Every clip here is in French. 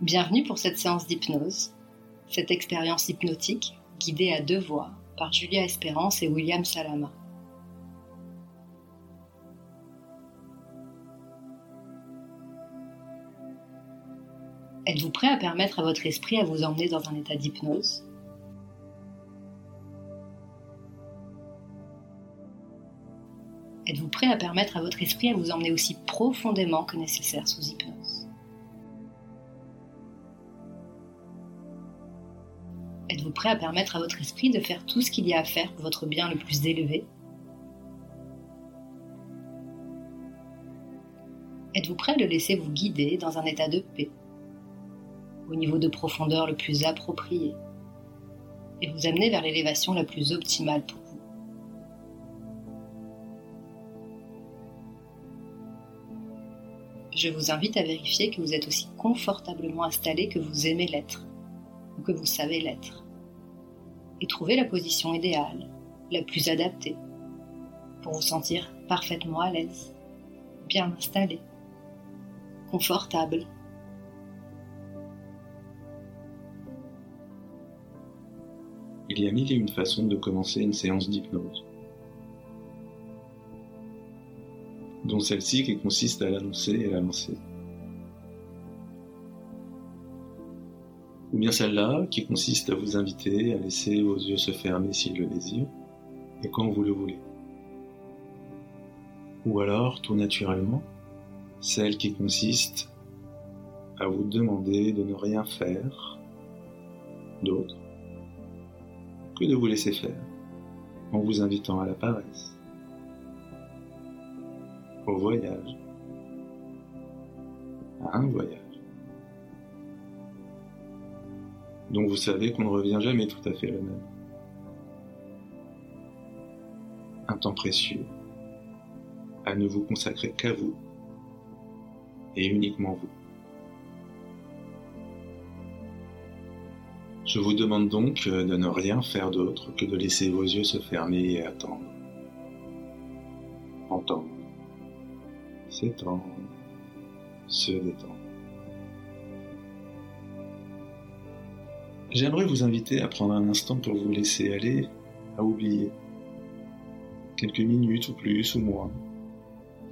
Bienvenue pour cette séance d'hypnose, cette expérience hypnotique guidée à deux voix par Julia Espérance et William Salama. Êtes-vous prêt à permettre à votre esprit à vous emmener dans un état d'hypnose Êtes-vous prêt à permettre à votre esprit à vous emmener aussi profondément que nécessaire sous hypnose Êtes-vous prêt à permettre à votre esprit de faire tout ce qu'il y a à faire pour votre bien le plus élevé Êtes-vous prêt à le laisser vous guider dans un état de paix, au niveau de profondeur le plus approprié, et vous amener vers l'élévation la plus optimale pour vous je vous invite à vérifier que vous êtes aussi confortablement installé que vous aimez l'être ou que vous savez l'être. Et trouvez la position idéale, la plus adaptée, pour vous sentir parfaitement à l'aise, bien installé, confortable. Il y a mille et une façons de commencer une séance d'hypnose. dont celle-ci qui consiste à l'annoncer et la lancer. Ou bien celle-là qui consiste à vous inviter à laisser vos yeux se fermer s'ils le désirent et quand vous le voulez. Ou alors, tout naturellement, celle qui consiste à vous demander de ne rien faire d'autre que de vous laisser faire en vous invitant à la paresse au voyage, à un voyage, dont vous savez qu'on ne revient jamais tout à fait le même. Un temps précieux à ne vous consacrer qu'à vous et uniquement vous. Je vous demande donc euh, de ne rien faire d'autre que de laisser vos yeux se fermer et attendre. Entendre s'étendre, se détendre. J'aimerais vous inviter à prendre un instant pour vous laisser aller, à oublier. Quelques minutes ou plus ou moins.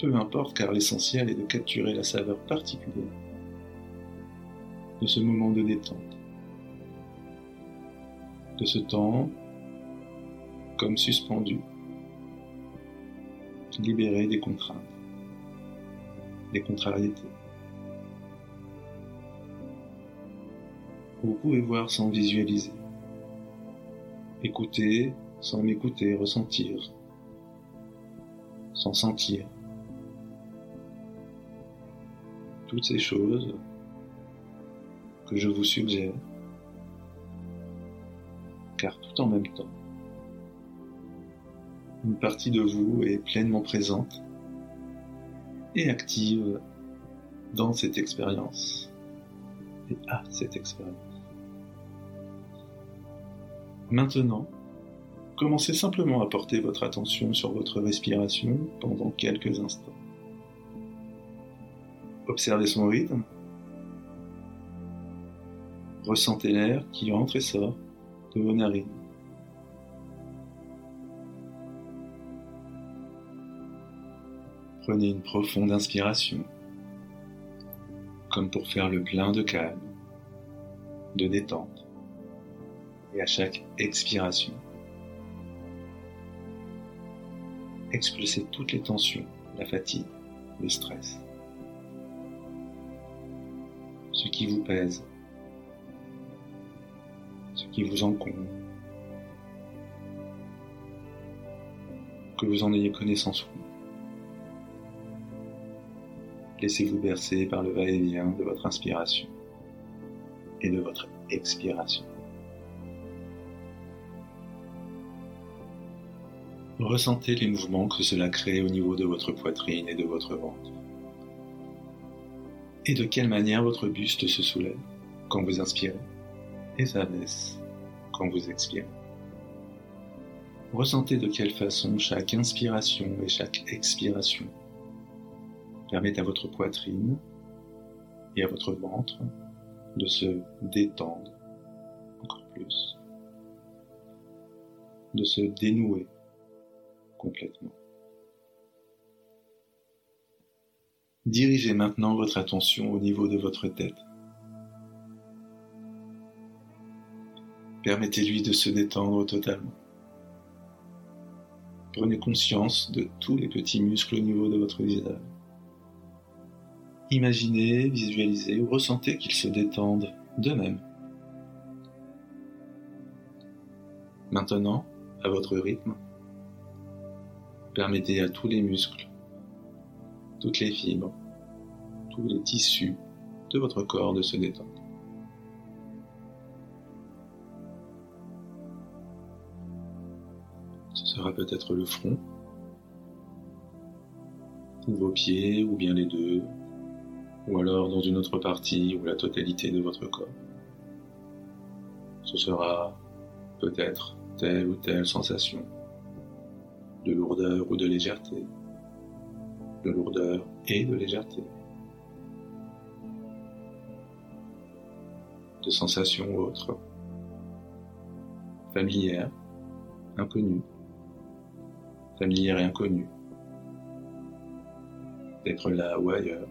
Peu importe car l'essentiel est de capturer la saveur particulière de ce moment de détente. De ce temps comme suspendu, libéré des contraintes des contrariétés. Vous pouvez voir sans visualiser, écouter sans m'écouter, ressentir, sans sentir. Toutes ces choses que je vous suggère, car tout en même temps, une partie de vous est pleinement présente et active dans cette expérience et à cette expérience. Maintenant, commencez simplement à porter votre attention sur votre respiration pendant quelques instants. Observez son rythme. Ressentez l'air qui entre et sort de vos narines. Prenez une profonde inspiration, comme pour faire le plein de calme, de détente, et à chaque expiration, expulsez toutes les tensions, la fatigue, le stress, ce qui vous pèse, ce qui vous encombre, que vous en ayez connaissance ou Laissez-vous bercer par le va-et-vient de votre inspiration et de votre expiration. Ressentez les mouvements que cela crée au niveau de votre poitrine et de votre ventre. Et de quelle manière votre buste se soulève quand vous inspirez et s'abaisse quand vous expirez. Ressentez de quelle façon chaque inspiration et chaque expiration permet à votre poitrine et à votre ventre de se détendre encore plus, de se dénouer complètement. Dirigez maintenant votre attention au niveau de votre tête. Permettez-lui de se détendre totalement. Prenez conscience de tous les petits muscles au niveau de votre visage. Imaginez, visualisez ou ressentez qu'ils se détendent d'eux-mêmes. Maintenant, à votre rythme, permettez à tous les muscles, toutes les fibres, tous les tissus de votre corps de se détendre. Ce sera peut-être le front, ou vos pieds, ou bien les deux, ou alors dans une autre partie ou la totalité de votre corps. Ce sera peut-être telle ou telle sensation de lourdeur ou de légèreté, de lourdeur et de légèreté, de sensations autres, familières, inconnues, familières et inconnues, d'être là ou ailleurs,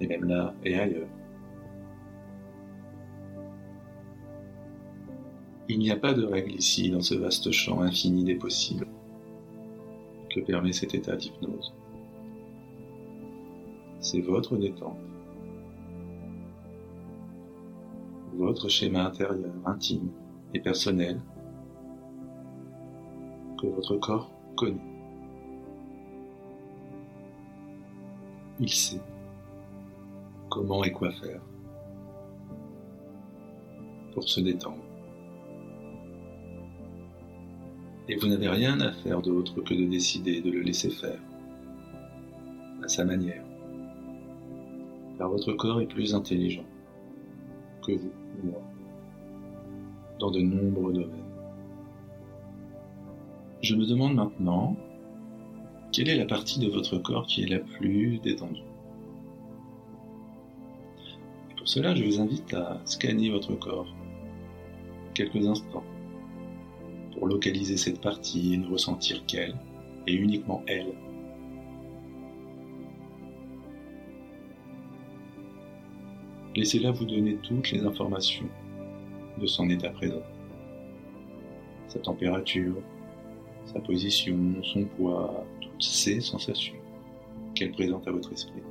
et même là et ailleurs. Il n'y a pas de règle ici dans ce vaste champ infini des possibles que permet cet état d'hypnose. C'est votre détente, votre schéma intérieur intime et personnel que votre corps connaît. Il sait comment et quoi faire pour se détendre. Et vous n'avez rien à faire d'autre que de décider de le laisser faire, à sa manière, car votre corps est plus intelligent que vous ou moi, dans de nombreux domaines. Je me demande maintenant, quelle est la partie de votre corps qui est la plus détendue pour cela, je vous invite à scanner votre corps quelques instants pour localiser cette partie et ne ressentir qu'elle, et uniquement elle. Laissez-la vous donner toutes les informations de son état présent. Sa température, sa position, son poids, toutes ces sensations qu'elle présente à votre esprit.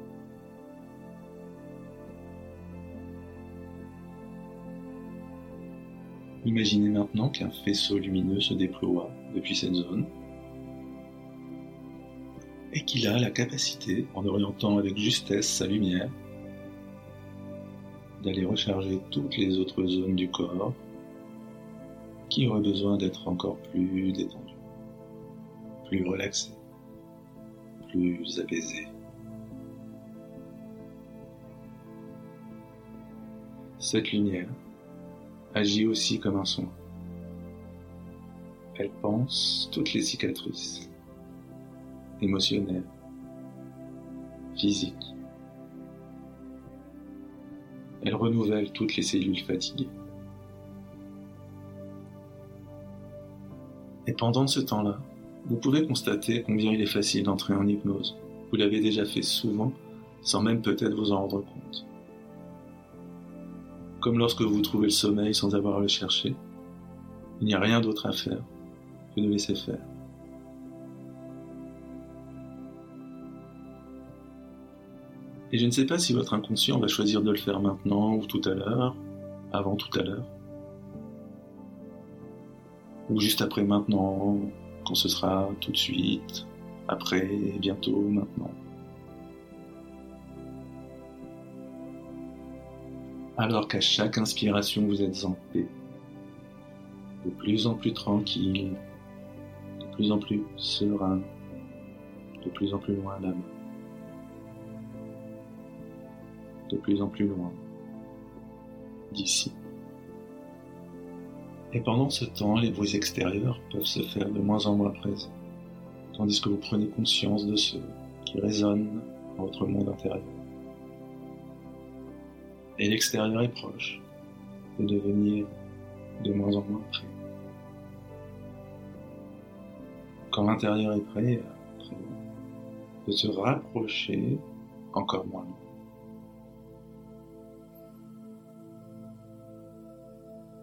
Imaginez maintenant qu'un faisceau lumineux se déploie depuis cette zone et qu'il a la capacité, en orientant avec justesse sa lumière, d'aller recharger toutes les autres zones du corps qui auraient besoin d'être encore plus détendues, plus relaxées, plus apaisées. Cette lumière agit aussi comme un soin. Elle pense toutes les cicatrices, émotionnelles, physiques. Elle renouvelle toutes les cellules fatiguées. Et pendant ce temps-là, vous pouvez constater combien il est facile d'entrer en hypnose. Vous l'avez déjà fait souvent, sans même peut-être vous en rendre compte comme lorsque vous trouvez le sommeil sans avoir à le chercher, il n'y a rien d'autre à faire que de laisser faire. Et je ne sais pas si votre inconscient va choisir de le faire maintenant ou tout à l'heure, avant tout à l'heure, ou juste après maintenant, quand ce sera tout de suite, après, bientôt, maintenant. alors qu'à chaque inspiration vous êtes en paix, de plus en plus tranquille, de plus en plus serein, de plus en plus loin l'âme, de plus en plus loin d'ici. Et pendant ce temps, les bruits extérieurs peuvent se faire de moins en moins présents, tandis que vous prenez conscience de ceux qui résonnent dans votre monde intérieur et l'extérieur est proche. Vous devenir de moins en moins prêt. Quand l'intérieur est prêt, euh, prêt de se rapprocher encore moins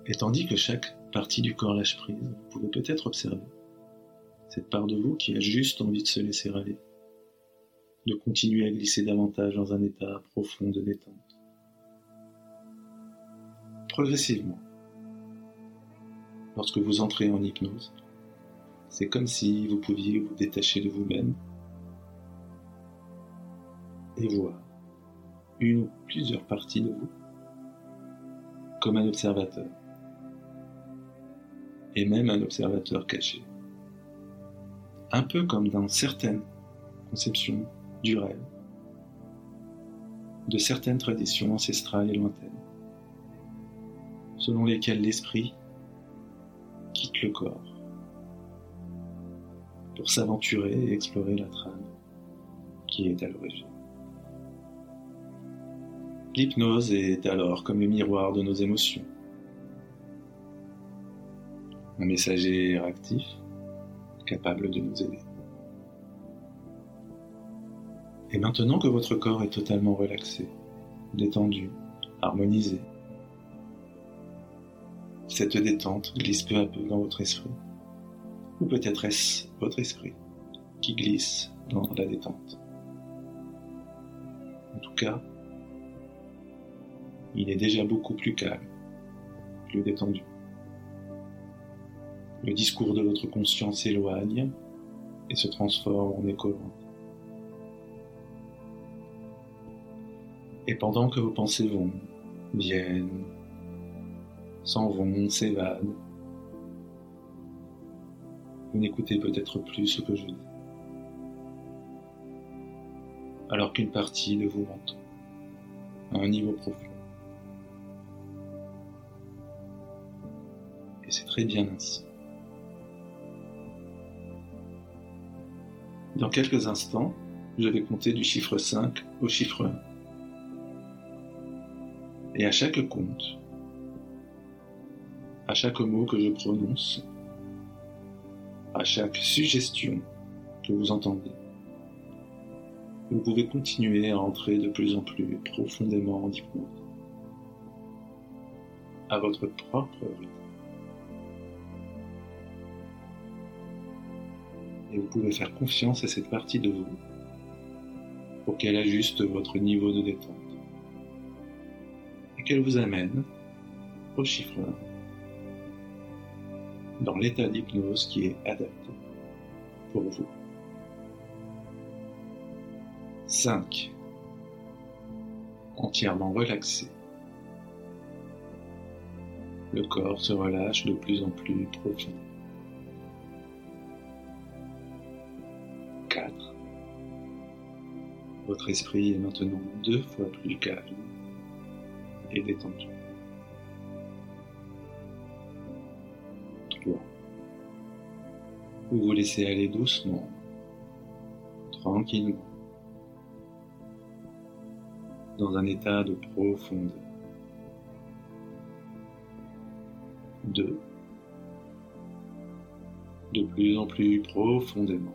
Et tandis que chaque partie du corps lâche prise, vous pouvez peut-être observer cette part de vous qui a juste envie de se laisser aller, de continuer à glisser davantage dans un état profond de détente. Progressivement, lorsque vous entrez en hypnose, c'est comme si vous pouviez vous détacher de vous-même et voir une ou plusieurs parties de vous comme un observateur et même un observateur caché. Un peu comme dans certaines conceptions du rêve, de certaines traditions ancestrales et lointaines, selon lesquelles l'esprit quitte le corps pour s'aventurer et explorer la trame qui est à l'origine. L'hypnose est alors comme le miroir de nos émotions, un messager actif capable de nous aider. Et maintenant que votre corps est totalement relaxé, détendu, harmonisé, cette détente glisse peu à peu dans votre esprit. Ou peut-être est-ce votre esprit qui glisse dans la détente. En tout cas, il est déjà beaucoup plus calme, plus détendu. Le discours de votre conscience s'éloigne et se transforme en écho. Et pendant que vos pensées vont, viennent, s'en vont, s'évadent, vous n'écoutez peut-être plus ce que je dis. Alors qu'une partie de vous m'entend, à un niveau profond. Et c'est très bien ainsi. Dans quelques instants, je vais compter du chiffre 5 au chiffre 1. Et à chaque compte, à chaque mot que je prononce, à chaque suggestion que vous entendez, vous pouvez continuer à entrer de plus en plus profondément en hypnose, à votre propre rythme. et vous pouvez faire confiance à cette partie de vous pour qu'elle ajuste votre niveau de détente et qu'elle vous amène au chiffre 1 dans l'état d'hypnose qui est adapté pour vous. 5. Entièrement relaxé. Le corps se relâche de plus en plus profond. 4. Votre esprit est maintenant deux fois plus calme et détendu. 3. Vous vous laissez aller doucement, tranquillement, dans un état de profondeur. 2. De plus en plus profondément.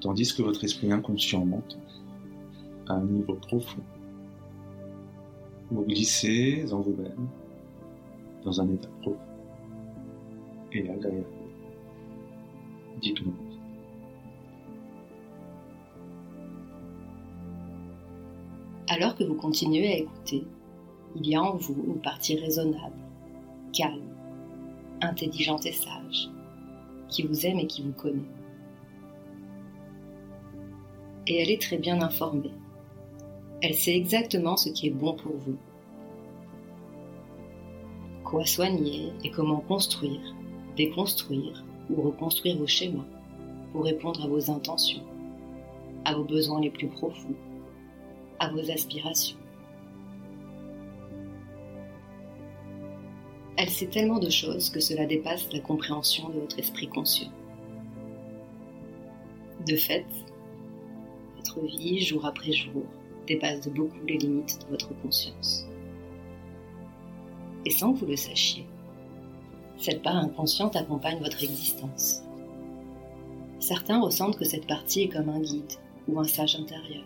tandis que votre esprit inconscient monte à un niveau profond. Vous glissez en vous-même dans un état profond et agréable d'hypnose. Alors que vous continuez à écouter, il y a en vous une partie raisonnable, calme, intelligente et sage, qui vous aime et qui vous connaît et elle est très bien informée. Elle sait exactement ce qui est bon pour vous. Quoi soigner et comment construire, déconstruire ou reconstruire vos schémas pour répondre à vos intentions, à vos besoins les plus profonds, à vos aspirations. Elle sait tellement de choses que cela dépasse la compréhension de votre esprit conscient. De fait, votre vie, jour après jour, dépasse de beaucoup les limites de votre conscience. Et sans que vous le sachiez, cette part inconsciente accompagne votre existence. Certains ressentent que cette partie est comme un guide ou un sage intérieur,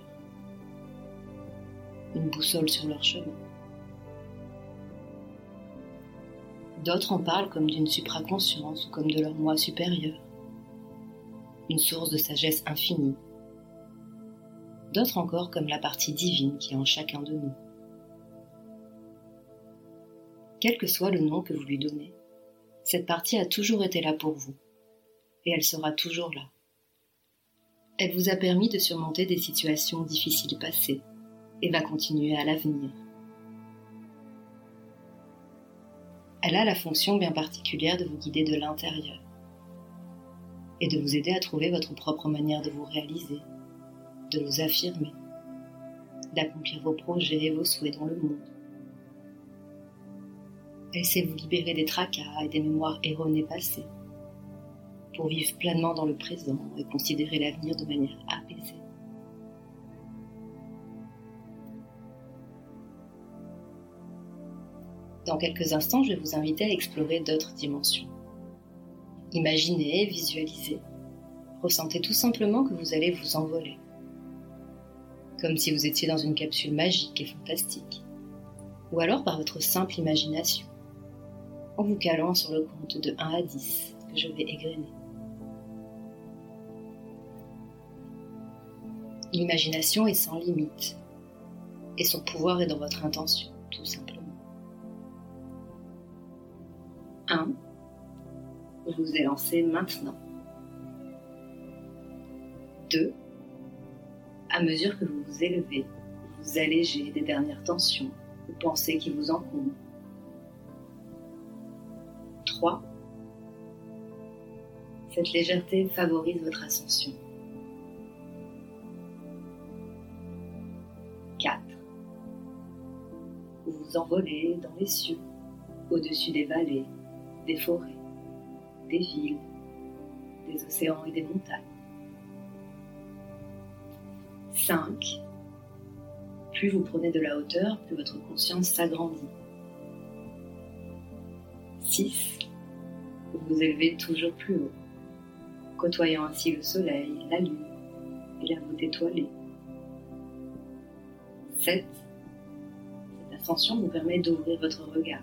une boussole sur leur chemin. D'autres en parlent comme d'une supraconscience ou comme de leur moi supérieur, une source de sagesse infinie. D'autres encore comme la partie divine qui est en chacun de nous. Quel que soit le nom que vous lui donnez, cette partie a toujours été là pour vous, et elle sera toujours là. Elle vous a permis de surmonter des situations difficiles passées, et va continuer à l'avenir. Elle a la fonction bien particulière de vous guider de l'intérieur et de vous aider à trouver votre propre manière de vous réaliser, de vous affirmer, d'accomplir vos projets et vos souhaits dans le monde. Elle sait vous libérer des tracas et des mémoires erronées passées pour vivre pleinement dans le présent et considérer l'avenir de manière apaisée. Dans quelques instants, je vais vous inviter à explorer d'autres dimensions. Imaginez, visualisez, ressentez tout simplement que vous allez vous envoler, comme si vous étiez dans une capsule magique et fantastique, ou alors par votre simple imagination, en vous calant sur le compte de 1 à 10 que je vais égrener. L'imagination est sans limite, et son pouvoir est dans votre intention, tout simplement. 1. Je vous ai lancé maintenant. 2. À mesure que vous vous élevez, vous allégez des dernières tensions ou pensées qui vous encombrent. 3. Cette légèreté favorise votre ascension. 4. Vous vous envolez dans les cieux, au-dessus des vallées, des forêts, des villes, des océans et des montagnes. 5. Plus vous prenez de la hauteur, plus votre conscience s'agrandit. 6. Vous vous élevez toujours plus haut, côtoyant ainsi le soleil, la lune et la voûte étoilée. 7. Cette ascension vous permet d'ouvrir votre regard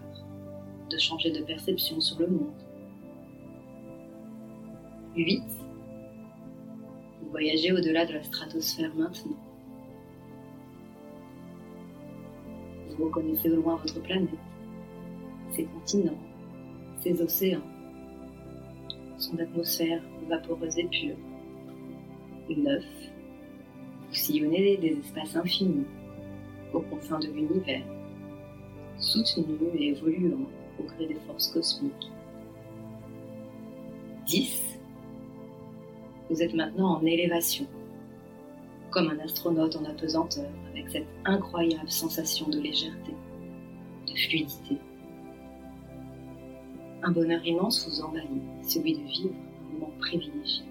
de changer de perception sur le monde. 8. Vous voyagez au-delà de la stratosphère maintenant. Vous reconnaissez au loin votre planète, ses continents, ses océans, son atmosphère vaporeuse et pure. 9. Vous sillonnez des espaces infinis, aux confins de l'univers, soutenu et évoluant au gré des forces cosmiques. 10. Vous êtes maintenant en élévation, comme un astronaute en apesanteur, avec cette incroyable sensation de légèreté, de fluidité. Un bonheur immense vous envahit, celui de vivre un moment privilégié.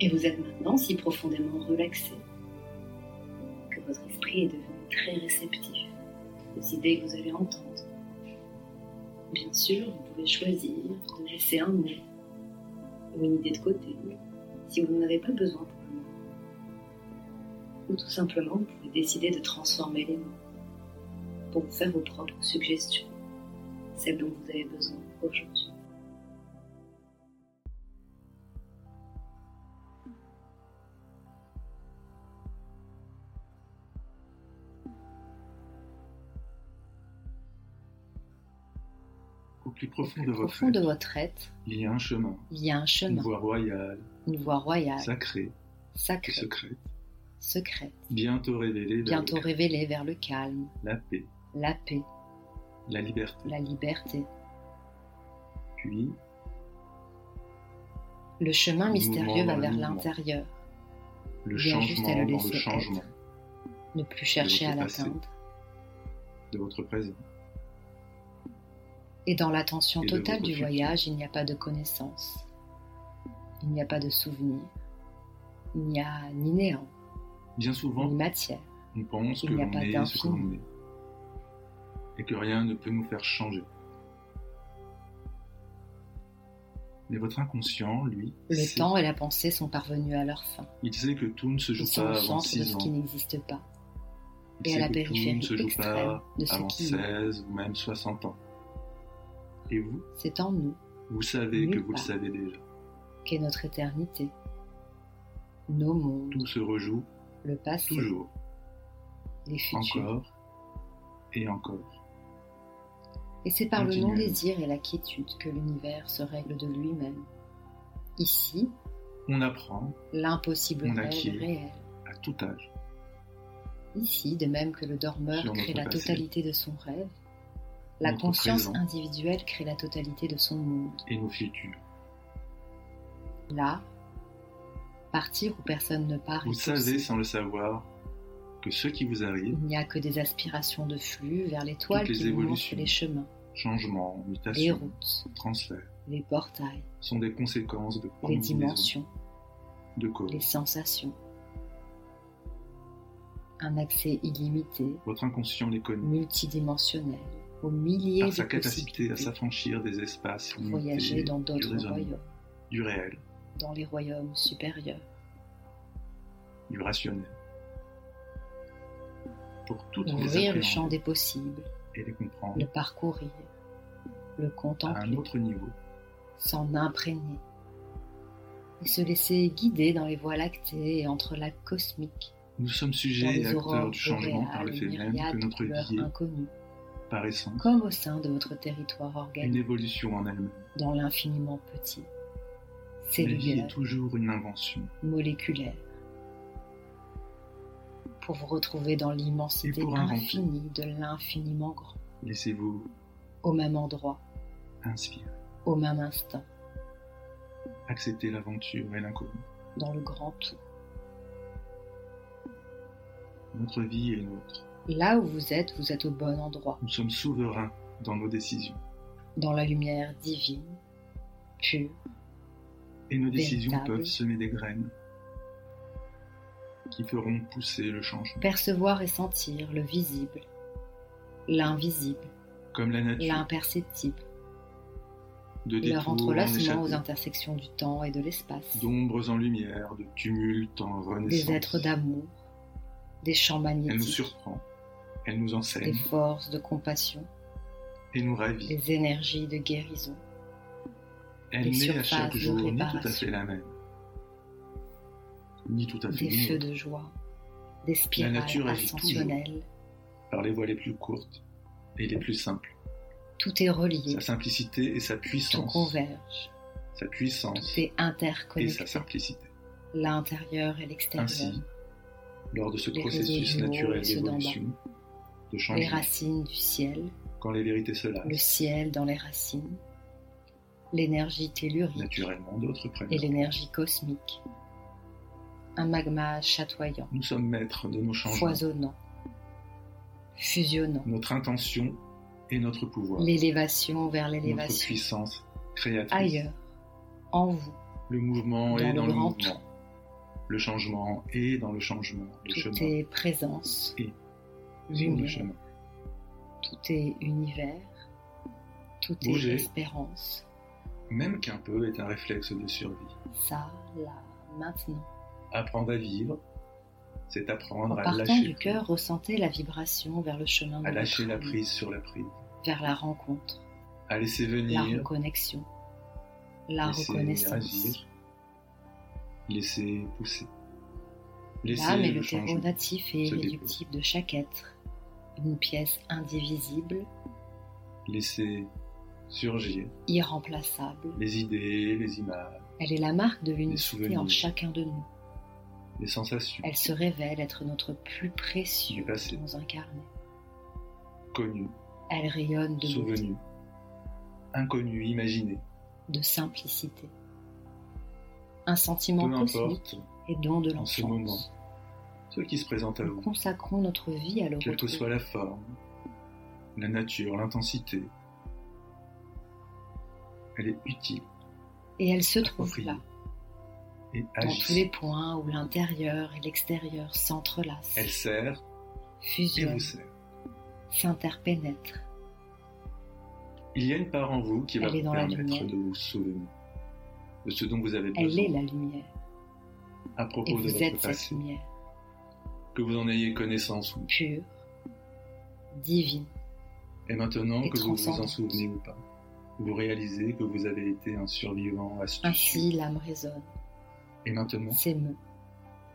Et vous êtes maintenant si profondément relaxé que votre esprit est devenu très réceptif les idées que vous allez entendre. Bien sûr, vous pouvez choisir de laisser un mot ou une idée de côté si vous n'en avez pas besoin pour le moment. Ou tout simplement, vous pouvez décider de transformer les mots pour vous faire vos propres suggestions, celles dont vous avez besoin aujourd'hui. au plus profond, de, Au votre fond de être, votre être, il y a un chemin, il y a un une chemin, Ah. voie royale, une voie royale, sacrée et sacrée, secrète, secrète, bientôt révélée vers bientôt le- révélée vers le calme, la paix, la paix, la liberté. la liberté, Puis, le chemin Le mystérieux mouvement va dans le vers mouvement. l'intérieur. le Il y a juste à changement le dans laisser le changement être, ne plus chercher à repasser. l'atteindre, de votre présent. et dans l'attention Et de totale votre du futur. voyage, il n'y a pas de connaissance. Il n'y a pas de souvenir. Il n'y a ni néant, Bien souvent, ni matière. on pense Il que n'y a l'on pas est ce que d'infini. l'on est. Et que rien ne peut nous faire changer. Mais votre inconscient, lui, Le sait- temps et la pensée sont parvenus à leur fin. il sait que tout ne se joue Ils sont pas au avant centre de 6 ce ans. qui n'existe pas Il et à sait la que tout ne périphérie se joue extrême pas de ce avant qui est. 16 ou même 60 ans. Et vous, C'est en nous vous savez que Nulle vous le part. savez déjà. qu'est notre éternité. Nos mondes, Tout se rejoue le passé, toujours, les futurs. encore et encore. Et c'est par le Continuez. non-désir et la quiétude que l'univers se règle de lui-même. Ici, On apprend l'impossible On rêve acquiert. est réel. à tout âge. Ici, de même que le dormeur Sur notre crée la passé. totalité de son rêve, la Notre conscience présent. individuelle crée la totalité de son monde. et nos futurs. Là, partir où personne ne part, Vous est savez possible. sans le savoir que ce qui vous arrive, il n'y a que des aspirations de flux vers l'étoile Toutes les qui nous montrent évolutions. les chemins, changements, les mutations, routes, transferts, les portails, sont des conséquences de les combinaisons dimensions, de causes. les sensations. Un accès illimité, Votre inconscient les connaît multidimensionnel, aux milliers par de sa capacité à possibilités s'affranchir des espaces pour voyager limités dans du d'autres raisonnement, royaumes, du réel, dans les royaumes supérieurs. du rationnel. Pour toutes les Ouvrir le champ appréhender des possibles, et les comprendre le parcourir, le à un contempler, autre niveau, s'en imprégner et se laisser guider dans les voies lactées et entre lacs cosmiques, nous sommes dans sujets et les acteurs aurores du changement par boréales, le les fait même que myriades de notre couleurs vie est, inconnues, par essence, comme au sein de votre territoire une organique, évolution en elle-même. dans l'infiniment petit, La vie est cellulaire, toujours une invention. moléculaire, pour vous retrouver dans l'immensité Et pour inventer. infinie de l'infiniment grand, Laissez-vous au même endroit, inspirer. au même instant, Acceptez l'aventure et l'inconnu. dans le grand tout. Notre vie est nôtre. Là où vous êtes, vous êtes au bon endroit, Nous sommes souverains dans nos décisions. dans la lumière divine, pure, Et nos décisions Véritable. peuvent semer des graines qui feront pousser le changement. percevoir et sentir le visible, l'invisible, Comme la nature, l'imperceptible, de leur détours en entrelacement aux échappée, intersections du temps et de l'espace, d'ombres en lumière, de tumultes en renaissance. des êtres d'amour, des champs Elle nous magnétiques, surprend, elle nous des enseigne forces de compassion, et nous ravit. des énergies de guérison, des Elle n'est à chaque surfaces de jour ni tout à réparation. fait la même, ni tout à fait des une feux autre. de joie, des nature spirales agit ascensionnelles. par les voies les plus courtes et les plus simples. Tout est relié, Sa simplicité et sa tout puissance, converge, sa tout puissance est et sa interconnecté, simplicité. l'intérieur et l'extérieur. Ainsi, lors de ce Les processus réseaux du haut naturel et ceux d'en bas. d'évolution, de les changement, racines du ciel, quand les vérités se le lassent, ciel dans les racines, l'énergie tellurique naturellement d'autres et prennent. l'énergie cosmique. Un magma chatoyant, Nous sommes maîtres de nos changements, foisonnant, fusionnant, notre intention et notre pouvoir, l'élévation vers notre l'élévation, puissance créatrice, ailleurs, en vous, le mouvement Dans est le dans le grand mouvement, le changement est dans le changement, le tout chemin est présence, Et est dans le lumière, chemin. tout est univers, tout est Bougez. espérance, Même qu'un peu est un réflexe de survie. ça, là, maintenant. Apprendre à vivre, c'est apprendre En à partant lâcher, du cœur, ressentez la vibration vers le chemin de à lâcher votre la âme, prise sur la prise, vers la rencontre. à laisser la venir, reconnexion, la laisser reconnaissance, agir, laisser pousser, laisser l'âme est le Ah, le terreau changement. natif et se déploie. irréductible de chaque être, une pièce indivisible, laisser surgir irremplaçable. les idées, les images, Elle est la marque de Les l'unicité en souvenirs. chacun de nous. les sensations Elle se révèle être notre plus Du précieux passé. nous incarné. connues, Elle rayonne de beauté, souvenues, inconnues, imaginées, de simplicité. Un sentiment peu cosmique importe et don de en ce l'enfance. ce qui se présente à Nous vous, consacrons notre vie à le quelle que retrouver. soit la forme, la nature, l'intensité. Elle est utile, Et elle se trouve appropriée. là, et dans tous agissez. les points où l'intérieur et l'extérieur s'entrelacent, Elle sert et fusionnent, vous sert. s'interpénètrent. Il y a une part en vous qui va Elle est vous dans la permettre lumière. de vous souvenir de ce dont vous avez Elle besoin est la lumière à et propos de vous êtes votre cette passé, lumière que vous en ayez connaissance ou pure, divine. Et maintenant Et que vous vous en transcendante. souvenez ou pas, vous réalisez que vous avez été un survivant astucieux. Ainsi l'âme résonne, Et maintenant, s'émeut,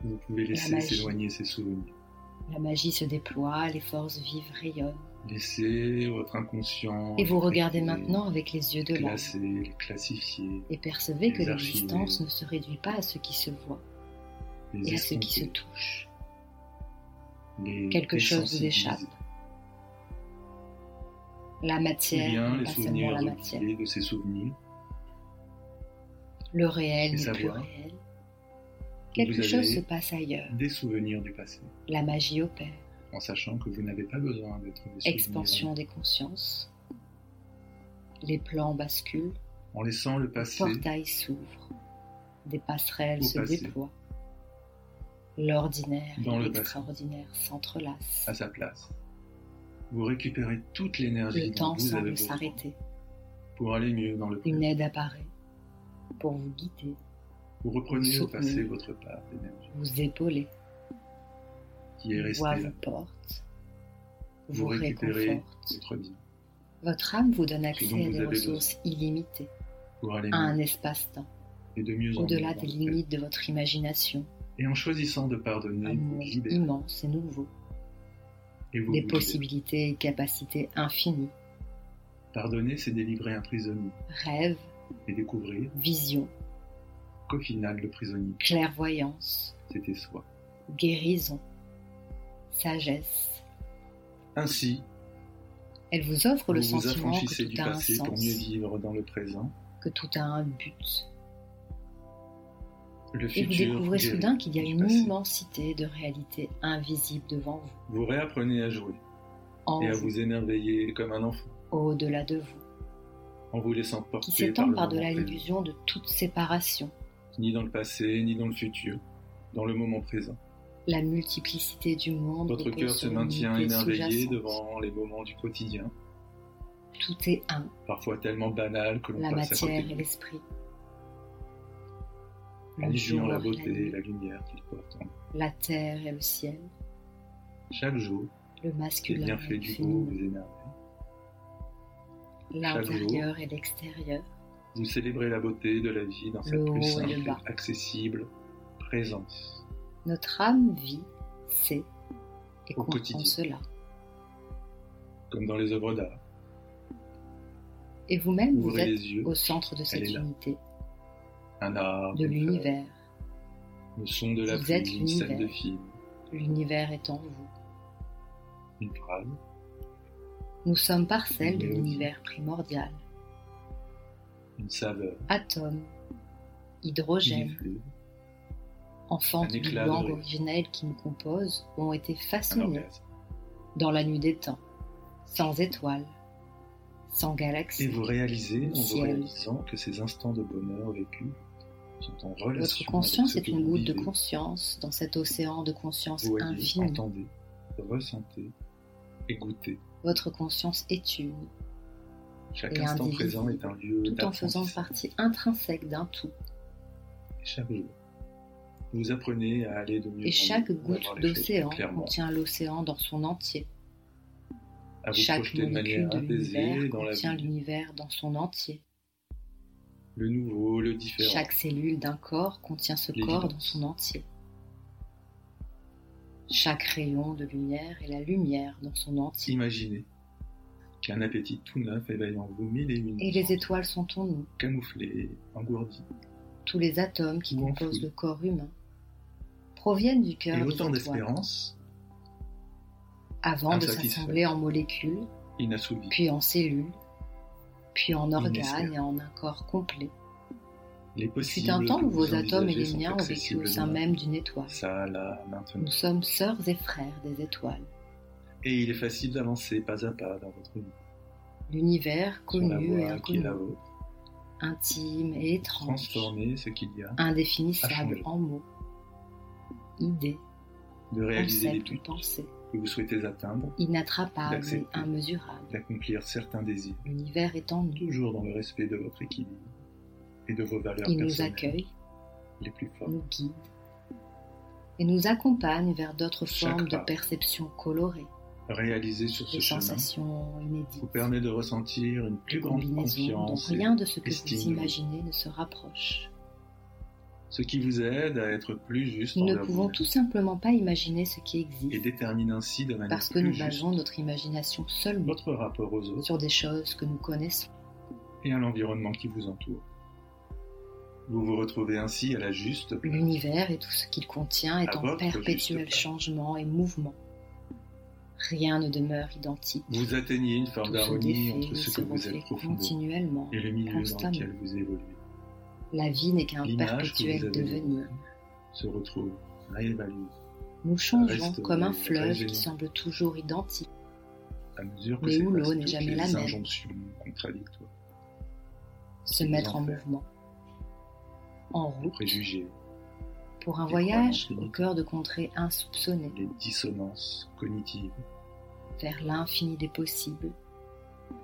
vous pouvez laisser magie. s'éloigner ces souvenirs. la magie se déploie, les forces vives rayonnent. Laissez votre inconscient. Et vous regardez les- maintenant avec les yeux de les l'âme Classer, les classifier, et percevez que les archiver. l'existence ne se réduit pas à ce qui se voit les et à ce qui se estomper, touche. les Quelque chose vous désensibiliser. échappe. La Ou matière, bien n'est les pas seulement souvenirs la matière. oubliés de ces souvenirs. Le réel les n'est plus savoirs. réel. Quelque vous avez chose se passe ailleurs. des souvenirs du passé, La magie opère. en sachant que vous n'avez pas besoin d'être des souvenirs. Expansion des consciences. Les plans basculent. En laissant le passé, Portail s'ouvre. Des passerelles Au se passé. déploient. L'ordinaire Dans et le passé. Ah, l'extraordinaire s'entrelacent. à sa place, vous récupérez toute l'énergie Le dont temps vous avez semble besoin s'arrêter. pour aller mieux dans le présent. Une aide apparaît pour vous guider, Vous reprenez au Soutenir. passé votre part d'énergie vous épauler, qui est voix restée là, vous porte, Vous vous, récupérez. réconforte. votre vie, Votre âme vous donne accès Ce dont à vous des avez ressources illimitées, pour aller à mieux un espace-temps, et de mieux en mieux. au-delà dans des le présent. limites de votre imagination, Et en choisissant de pardonner, un vous monde libérez immense et nouveau, des et vous, vous libérez. possibilités et capacités infinies, Pardonner, c'est délivrer un prisonnier rêves, et découvrir visions, qu'au final, le prisonnier, clairvoyance, c'était soi. guérison, sagesse. Ainsi, Elle vous offre le vous vous sentiment affranchissez que du tout a un passé pour mieux sens, vivre dans le présent. que tout a un but. Le Et vous futur découvrez guérit soudain qu'il y a du une passé. immensité de réalités invisibles devant vous, Vous réapprenez à jouer en et à vous, vous émerveiller comme un enfant, au-delà de vous, en vous laissant qui porter par s'étend le par-delà moment l'illusion de toute séparation, présent, ni dans le passé, ni dans le futur, dans le moment présent. la multiplicité du monde. Votre repose cœur se sur une maintient unité émerveillé sous-jacente. devant les moments du quotidien, Tout est un, parfois tellement banal que l'on la passe à matière côté, et l'esprit. en Le imaginant jour, la la, beauté et nuit, la lumière qu'il porte. en- la terre et le ciel, Chaque jour, le les masculin et bienfaits le du beau féminin, vous émerveillent. l'intérieur et l'extérieur, Vous célébrez la beauté de la vie dans sa Le plus haut et le simple, et bas. accessible présence. notre âme vit, sait et Au comprend quotidien. cela. Comme dans les œuvres d'art, Et vous-même, vous ouvrez êtes les yeux, au centre de cette est là. unité, un arbre, de une fleur, l'univers. le son de la Vous pluie, êtes une scène de l'univers. film, L'univers est en vous. une phrase. Nous sommes parcelles de Mais oui. l'univers primordial. une saveur, Atomes, une hydrogène, effluve, enfants Un du éclat de langue rire. originelle qui nous compose, ont été un façonnés orgasme. dans la nuit des temps, sans étoiles, sans Et galaxies. vous réalisez, en vous Ciel. réalisant, que ces instants de bonheur vécus sont en relation Votre conscience avec est ce que une vous goutte de vivez, conscience dans cet océan de conscience voyez, infinie. entendez, ressentez et goûtez. Votre conscience est une, Chaque Et instant indivisible, présent est un lieu tout en faisant d'apprentissage. partie intrinsèque d'un tout. Chaque jour, vous apprenez à aller de mieux en mieux, Et chaque à goutte voir les choses d'océan plus clairement, contient l'océan dans son entier. à vous Chaque projeter de molécule manière de apaisée l'univers dans la contient vie, l'univers dans son entier. le nouveau, le différent. Chaque cellule d'un corps contient ce corps L'évidence. dans son entier. Chaque rayon de lumière est la lumière dans son entier. Imaginez qu'un appétit tout neuf éveille en vous mille et une Et les étoiles sont en nous, camouflées, engourdies. tous les atomes qui Ou enfouis. composent le corps humain proviennent du Et cœur des autant étoiles, d'espérance avant de insatisfaits. s'assembler en molécules, inassouvis. puis en cellules, puis en organes Inespéré. et en un corps complet. Les Fut possibles un temps que où vous vos atomes et envisagez les sont miens ont vécu au accessibles sein demain. même d'une étoile. Ça, là, maintenant. Nous sommes sœurs et frères des étoiles. Et il est facile d'avancer pas à pas dans votre vie. L'univers Sur la connu et voie qui est inconnu, la vôtre. intime et étrange, transformer ce qu'il y a, À indéfinissable changer. en mots, idées, de réaliser les concepts ou buts pensées, que vous souhaitez atteindre, inattrapables et D'accepter. immesurable. d'accomplir certains désirs, L'univers est en nous, toujours dans le respect de votre équilibre et de vos valeurs il nous personnelles accueille, les plus fortes. nous guide et nous accompagne vers d'autres Chaque formes de pas. perceptions colorées, Réaliser sur ce des chemin sensations inédites, vous permet de ressentir une des plus grande combinaisons dont confiance, et rien de ce que estime de vous vous. imaginez ne se rapproche. ce qui vous aide à être plus juste Nous ne envers pouvons vous tout simplement pas imaginer ce qui et existe détermine ainsi de manière parce que plus nous juste basons notre imagination seulement votre rapport aux autres sur des choses que nous connaissons. et à l'environnement qui vous entoure. Vous vous retrouvez ainsi à la juste place. L'univers et tout ce qu'il contient est À en votre perpétuel juste place. changement et mouvement. Rien ne demeure identique. Vous atteignez une forme Tout se d'harmonie défait entre et ce se que vous êtes reflète profondément continuellement. et le milieu dans constamment. lequel vous évoluez. La vie n'est qu'un L'image que vous perpétuel avez devenir. se retrouve réévaluée Nous changeons reste comme un reste fleuve génial. qui semble toujours identique. à mesure que Mais c'est où l'eau passé n'est toutes jamais les la même. injonctions contradictoires, Se mettre en enfer. mouvement. En les route préjugés, pour un Des voyage croyances au cœur de contrées insoupçonnées, les dissonances cognitives. vers l'infini des possibles,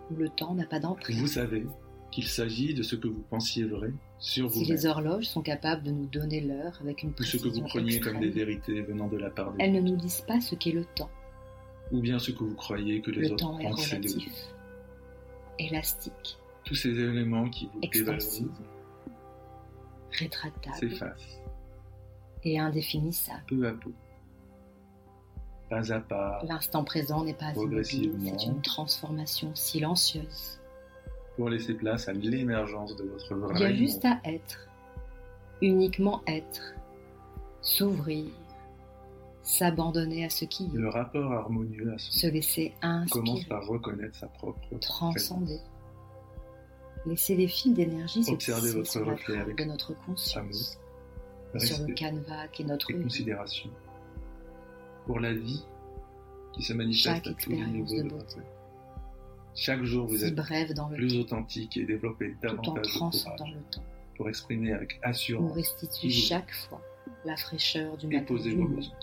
où le temps n'a pas Vous d'emprise. savez qu'il s'agit de ce que vous pensiez vrai sur Si les vous-même, horloges sont capables de nous donner l'heure avec une ou ce que précision vous preniez comme des extrême, vérités venant de la part des elles ne autres, nous disent pas ce qu'est le temps. ou bien ce que vous croyez que les le autres temps est pensaient de vous. relatif, élastique, Tous ces éléments qui vous extensible, dévalorisent rétractable s'effacent et indéfinissable. peu à peu, pas à pas, L'instant présent n'est pas immobile, Progressivement. c'est une transformation silencieuse. pour laisser place à l'émergence de votre Il y a vrai juste monde. à être, uniquement être, s'ouvrir, s'abandonner à ce qui est, Le rapport harmonieux à son se laisser commence inspirer, par reconnaître sa propre transcender. Laisser les fils d'énergie se Observez tisser votre sur la reflet trame avec de notre conscience, sur le respect canevas qui est notre et vie. considération pour la vie qui se manifeste Chaque à tous les expérience niveaux de de beauté. votre être. Chaque jour, vous si êtes brève dans le plus authentique et développez temps, tout en davantage de transcendant Mm. courage le temps. pour exprimer avec On assurance restitue Vivre. chaque fois la fraîcheur du et matin poser du vos monde. besoins.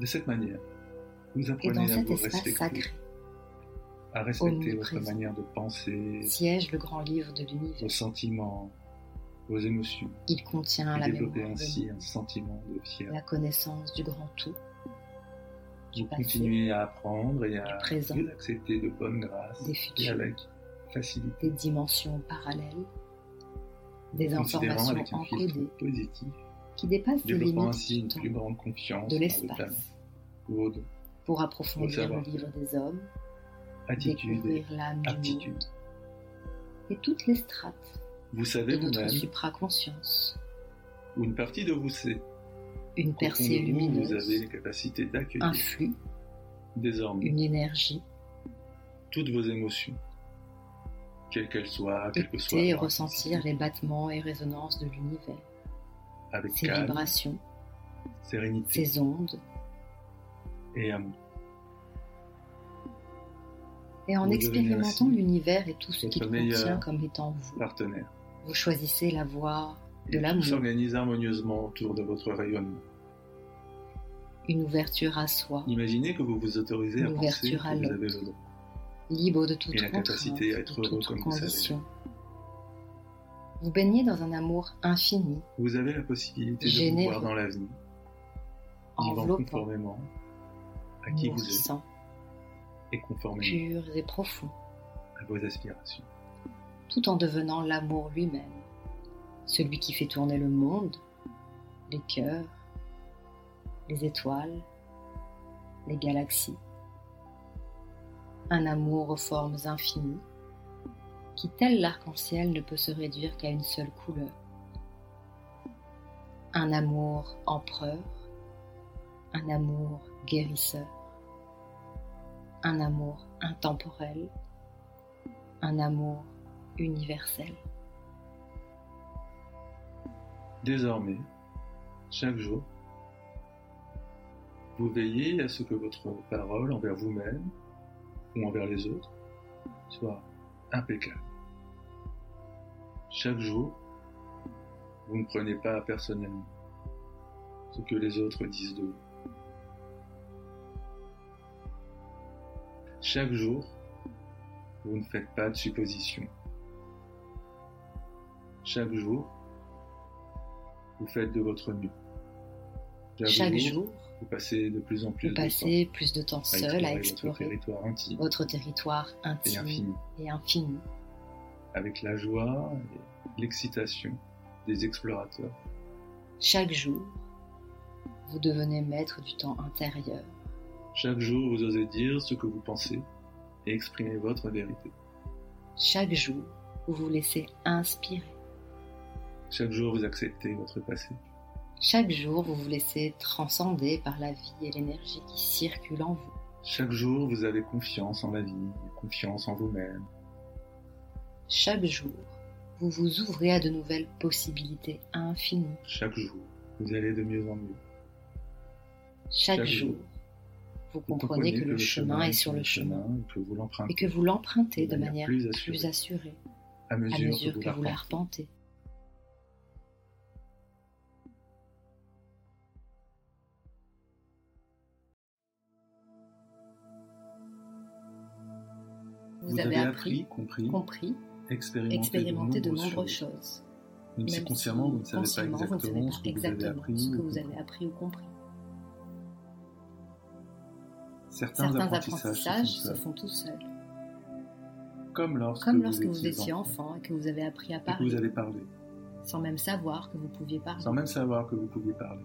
De cette manière, vous Et dans apprenez à cet vous espace respecter, sacré à respecter votre omniprésent, manière de penser, siège le grand livre de l'univers. vos sentiments, vos émotions, Il contient et la développer mémoire, de ainsi un sentiment de nous, fierté. la connaissance du grand tout, du Vous passé, continuez à apprendre et à du présent, vous accepter de bonne grâce Des et futurs. avec facilité, des dimensions parallèles, des considérant informations avec un filtre encodées positif, qui dépassent les développant limites ainsi du une temps, plus grande confiance de dans le l'espace, talent, vos pour approfondir le savoir. livre des hommes, attitudes et découvrir l'âme du monde aptitudes. et toutes les strates Vous de savez notre vous-même supraconscience. où une partie de vous sait Une qu'au fond de percée vous, vous avez lumineuse, les capacités d'accueillir un flux, désormais une énergie toutes vos émotions, quelles qu'elles soient, quelles que soient écouter et leur ressentir les battements et résonances de l'univers, intensité, avec ses calme, vibrations, sérénité ses ondes, et amour. et en Vous devenez expérimentant ainsi l'univers et tout ce votre qu'il meilleur contient comme étant vous, Partenaire. vous choisissez la voie de Et tout l'amour. s'organise harmonieusement autour de votre rayonnement. une ouverture à soi, Imaginez que vous vous autorisez à Une penser que ouverture à vous l'autre. avez le droit. libre de toute Et la contrainte, capacité à de être heureux toute comme vous condition. Vous baignez dans un amour infini, Vous avez la possibilité de vous Généreux. voir dans l'avenir, vivant enveloppant, conformément à qui vous êtes nourrissant, et conformément pur et profond, à vos aspirations. tout en devenant l'amour lui-même, celui qui fait tourner le monde, les cœurs, les étoiles, les galaxies. Un amour aux formes infinies, qui tel l'arc-en-ciel ne peut se réduire qu'à une seule couleur. Un amour empereur, un amour guérisseur, un amour intemporel, un amour universel. Désormais, chaque jour, vous veillez à ce que votre parole envers vous-même ou envers les autres soit impeccable, Chaque jour, vous ne prenez pas personnellement ce que les autres disent de vous. Chaque jour, vous ne faites pas de suppositions. Chaque jour, vous faites de votre mieux. Chaque, jour, vous passez de plus en plus vous de temps passez plus de temps à seul à votre explorer territoire intime votre territoire et intime infini, et infini, avec la joie et l'excitation des explorateurs. chaque jour, vous devenez maître du temps intérieur. Chaque jour, vous osez dire ce que vous pensez et exprimer votre vérité. Chaque jour, vous vous laissez inspirer. Chaque jour, vous acceptez votre passé. Chaque jour, vous vous laissez transcender par la vie et l'énergie qui circulent en vous. Chaque jour, vous avez confiance en la vie, et confiance en vous-même. Chaque jour, vous vous ouvrez à de nouvelles possibilités infinies. Chaque jour, vous allez de mieux en mieux. Chaque, Chaque jour, jour, vous Vous comprenez que le chemin est sur le chemin et que vous et l'empruntez que vous l'empruntez de de manière manière plus plus assurée assurée à à mesure, mesure que vous l'arpentez. l'arpentez. Vous, Vous avez avez appris, compris, compris, expérimenté, expérimenté de nombreuses nombreuses choses. choses. Même si Même consciemment, vous ne si savez pas consciemment, vous ne savez exactement pas exactement ce que vous avez appris. ce que ou vous compris. avez appris ou compris. Certains, Certains apprentissages, se font apprentissages se seuls. font tout seuls, comme lorsque, comme lorsque vous étiez étiez enfant et que vous avez appris à et que vous parler, avez parlé, sans même savoir que vous pouviez parler. sans même savoir que vous pouviez parler.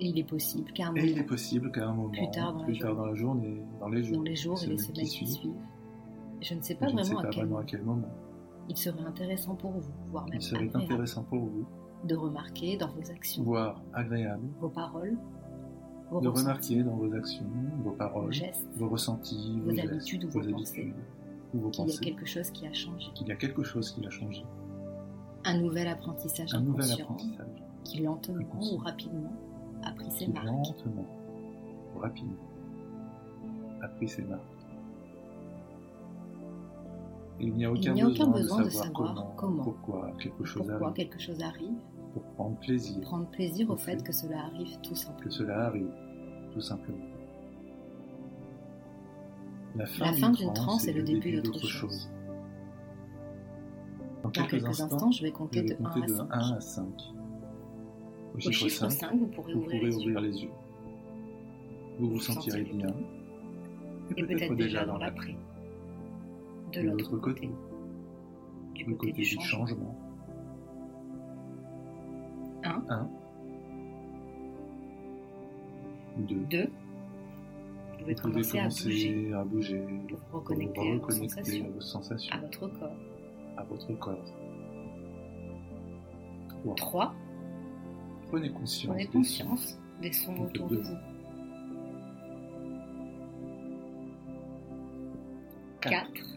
Et il est possible qu'à un Et il est moment, possible qu'à un moment, Plus tard dans la dans la journée, dans les jours, dans les jours et les semaines semaines qui suivent, je ne sais pas je ne sais vraiment pas à quel vraiment à moment quel moment, il serait intéressant pour vous, voire même il serait agréable, intéressant pour vous, de remarquer dans vos actions, voire agréable, vos paroles, vos de ressentis, remarquer dans vos actions, vos vos paroles, gestes, vos ressentis, vos gestes, habitudes ou vos vos pensées, habitudes, ou vos qu'il y a pensées, quelque chose qui a changé. qu'il y a quelque chose qui a changé, Un nouvel apprentissage un nouvel inconscient apprentissage, qui lentement Inconscient. ou rapidement a pris ses qui marques. lentement, rapidement, a pris ses marques. Il n'y a Il aucun, n'y a aucun besoin de savoir, savoir comment, comment, pourquoi quelque chose Pourquoi arrive, quelque chose arrive pour prendre plaisir Prendre plaisir au fait Ok. que cela arrive tout simplement. que cela arrive, tout simplement. La fin, La fin d'une transe est le début d'autre d'autre chose. Dans Dans quelques, quelques instants, instants, je vais je compter de vais 1 compter à de 5. 1 à 5. Au Au chiffre chiffre 5, 5, vous pourrez vous ouvrir pourrez les yeux. ouvrir les yeux. Vous vous sentirez bien. Et peut-être déjà dans l'après. De l'autre côté. Du Du côté du changement. Un. 1. 2. Deux, vous pouvez Vous pouvez commencer à bouger commencer à bouger, pour vous pour vous reconnecter à vos reconnecter à sensations, Ah. vos sensations, à votre corps. à votre corps. Trois. Trois, Prenez conscience. prenez des conscience des sons Donc, autour de deux. vous. sons. Quatre. Quatre,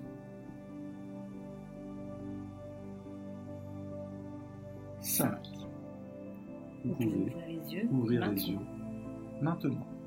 Cinq. Vous vous pouvez pouvez ouvrir les yeux ouvrir les maintenant. yeux maintenant.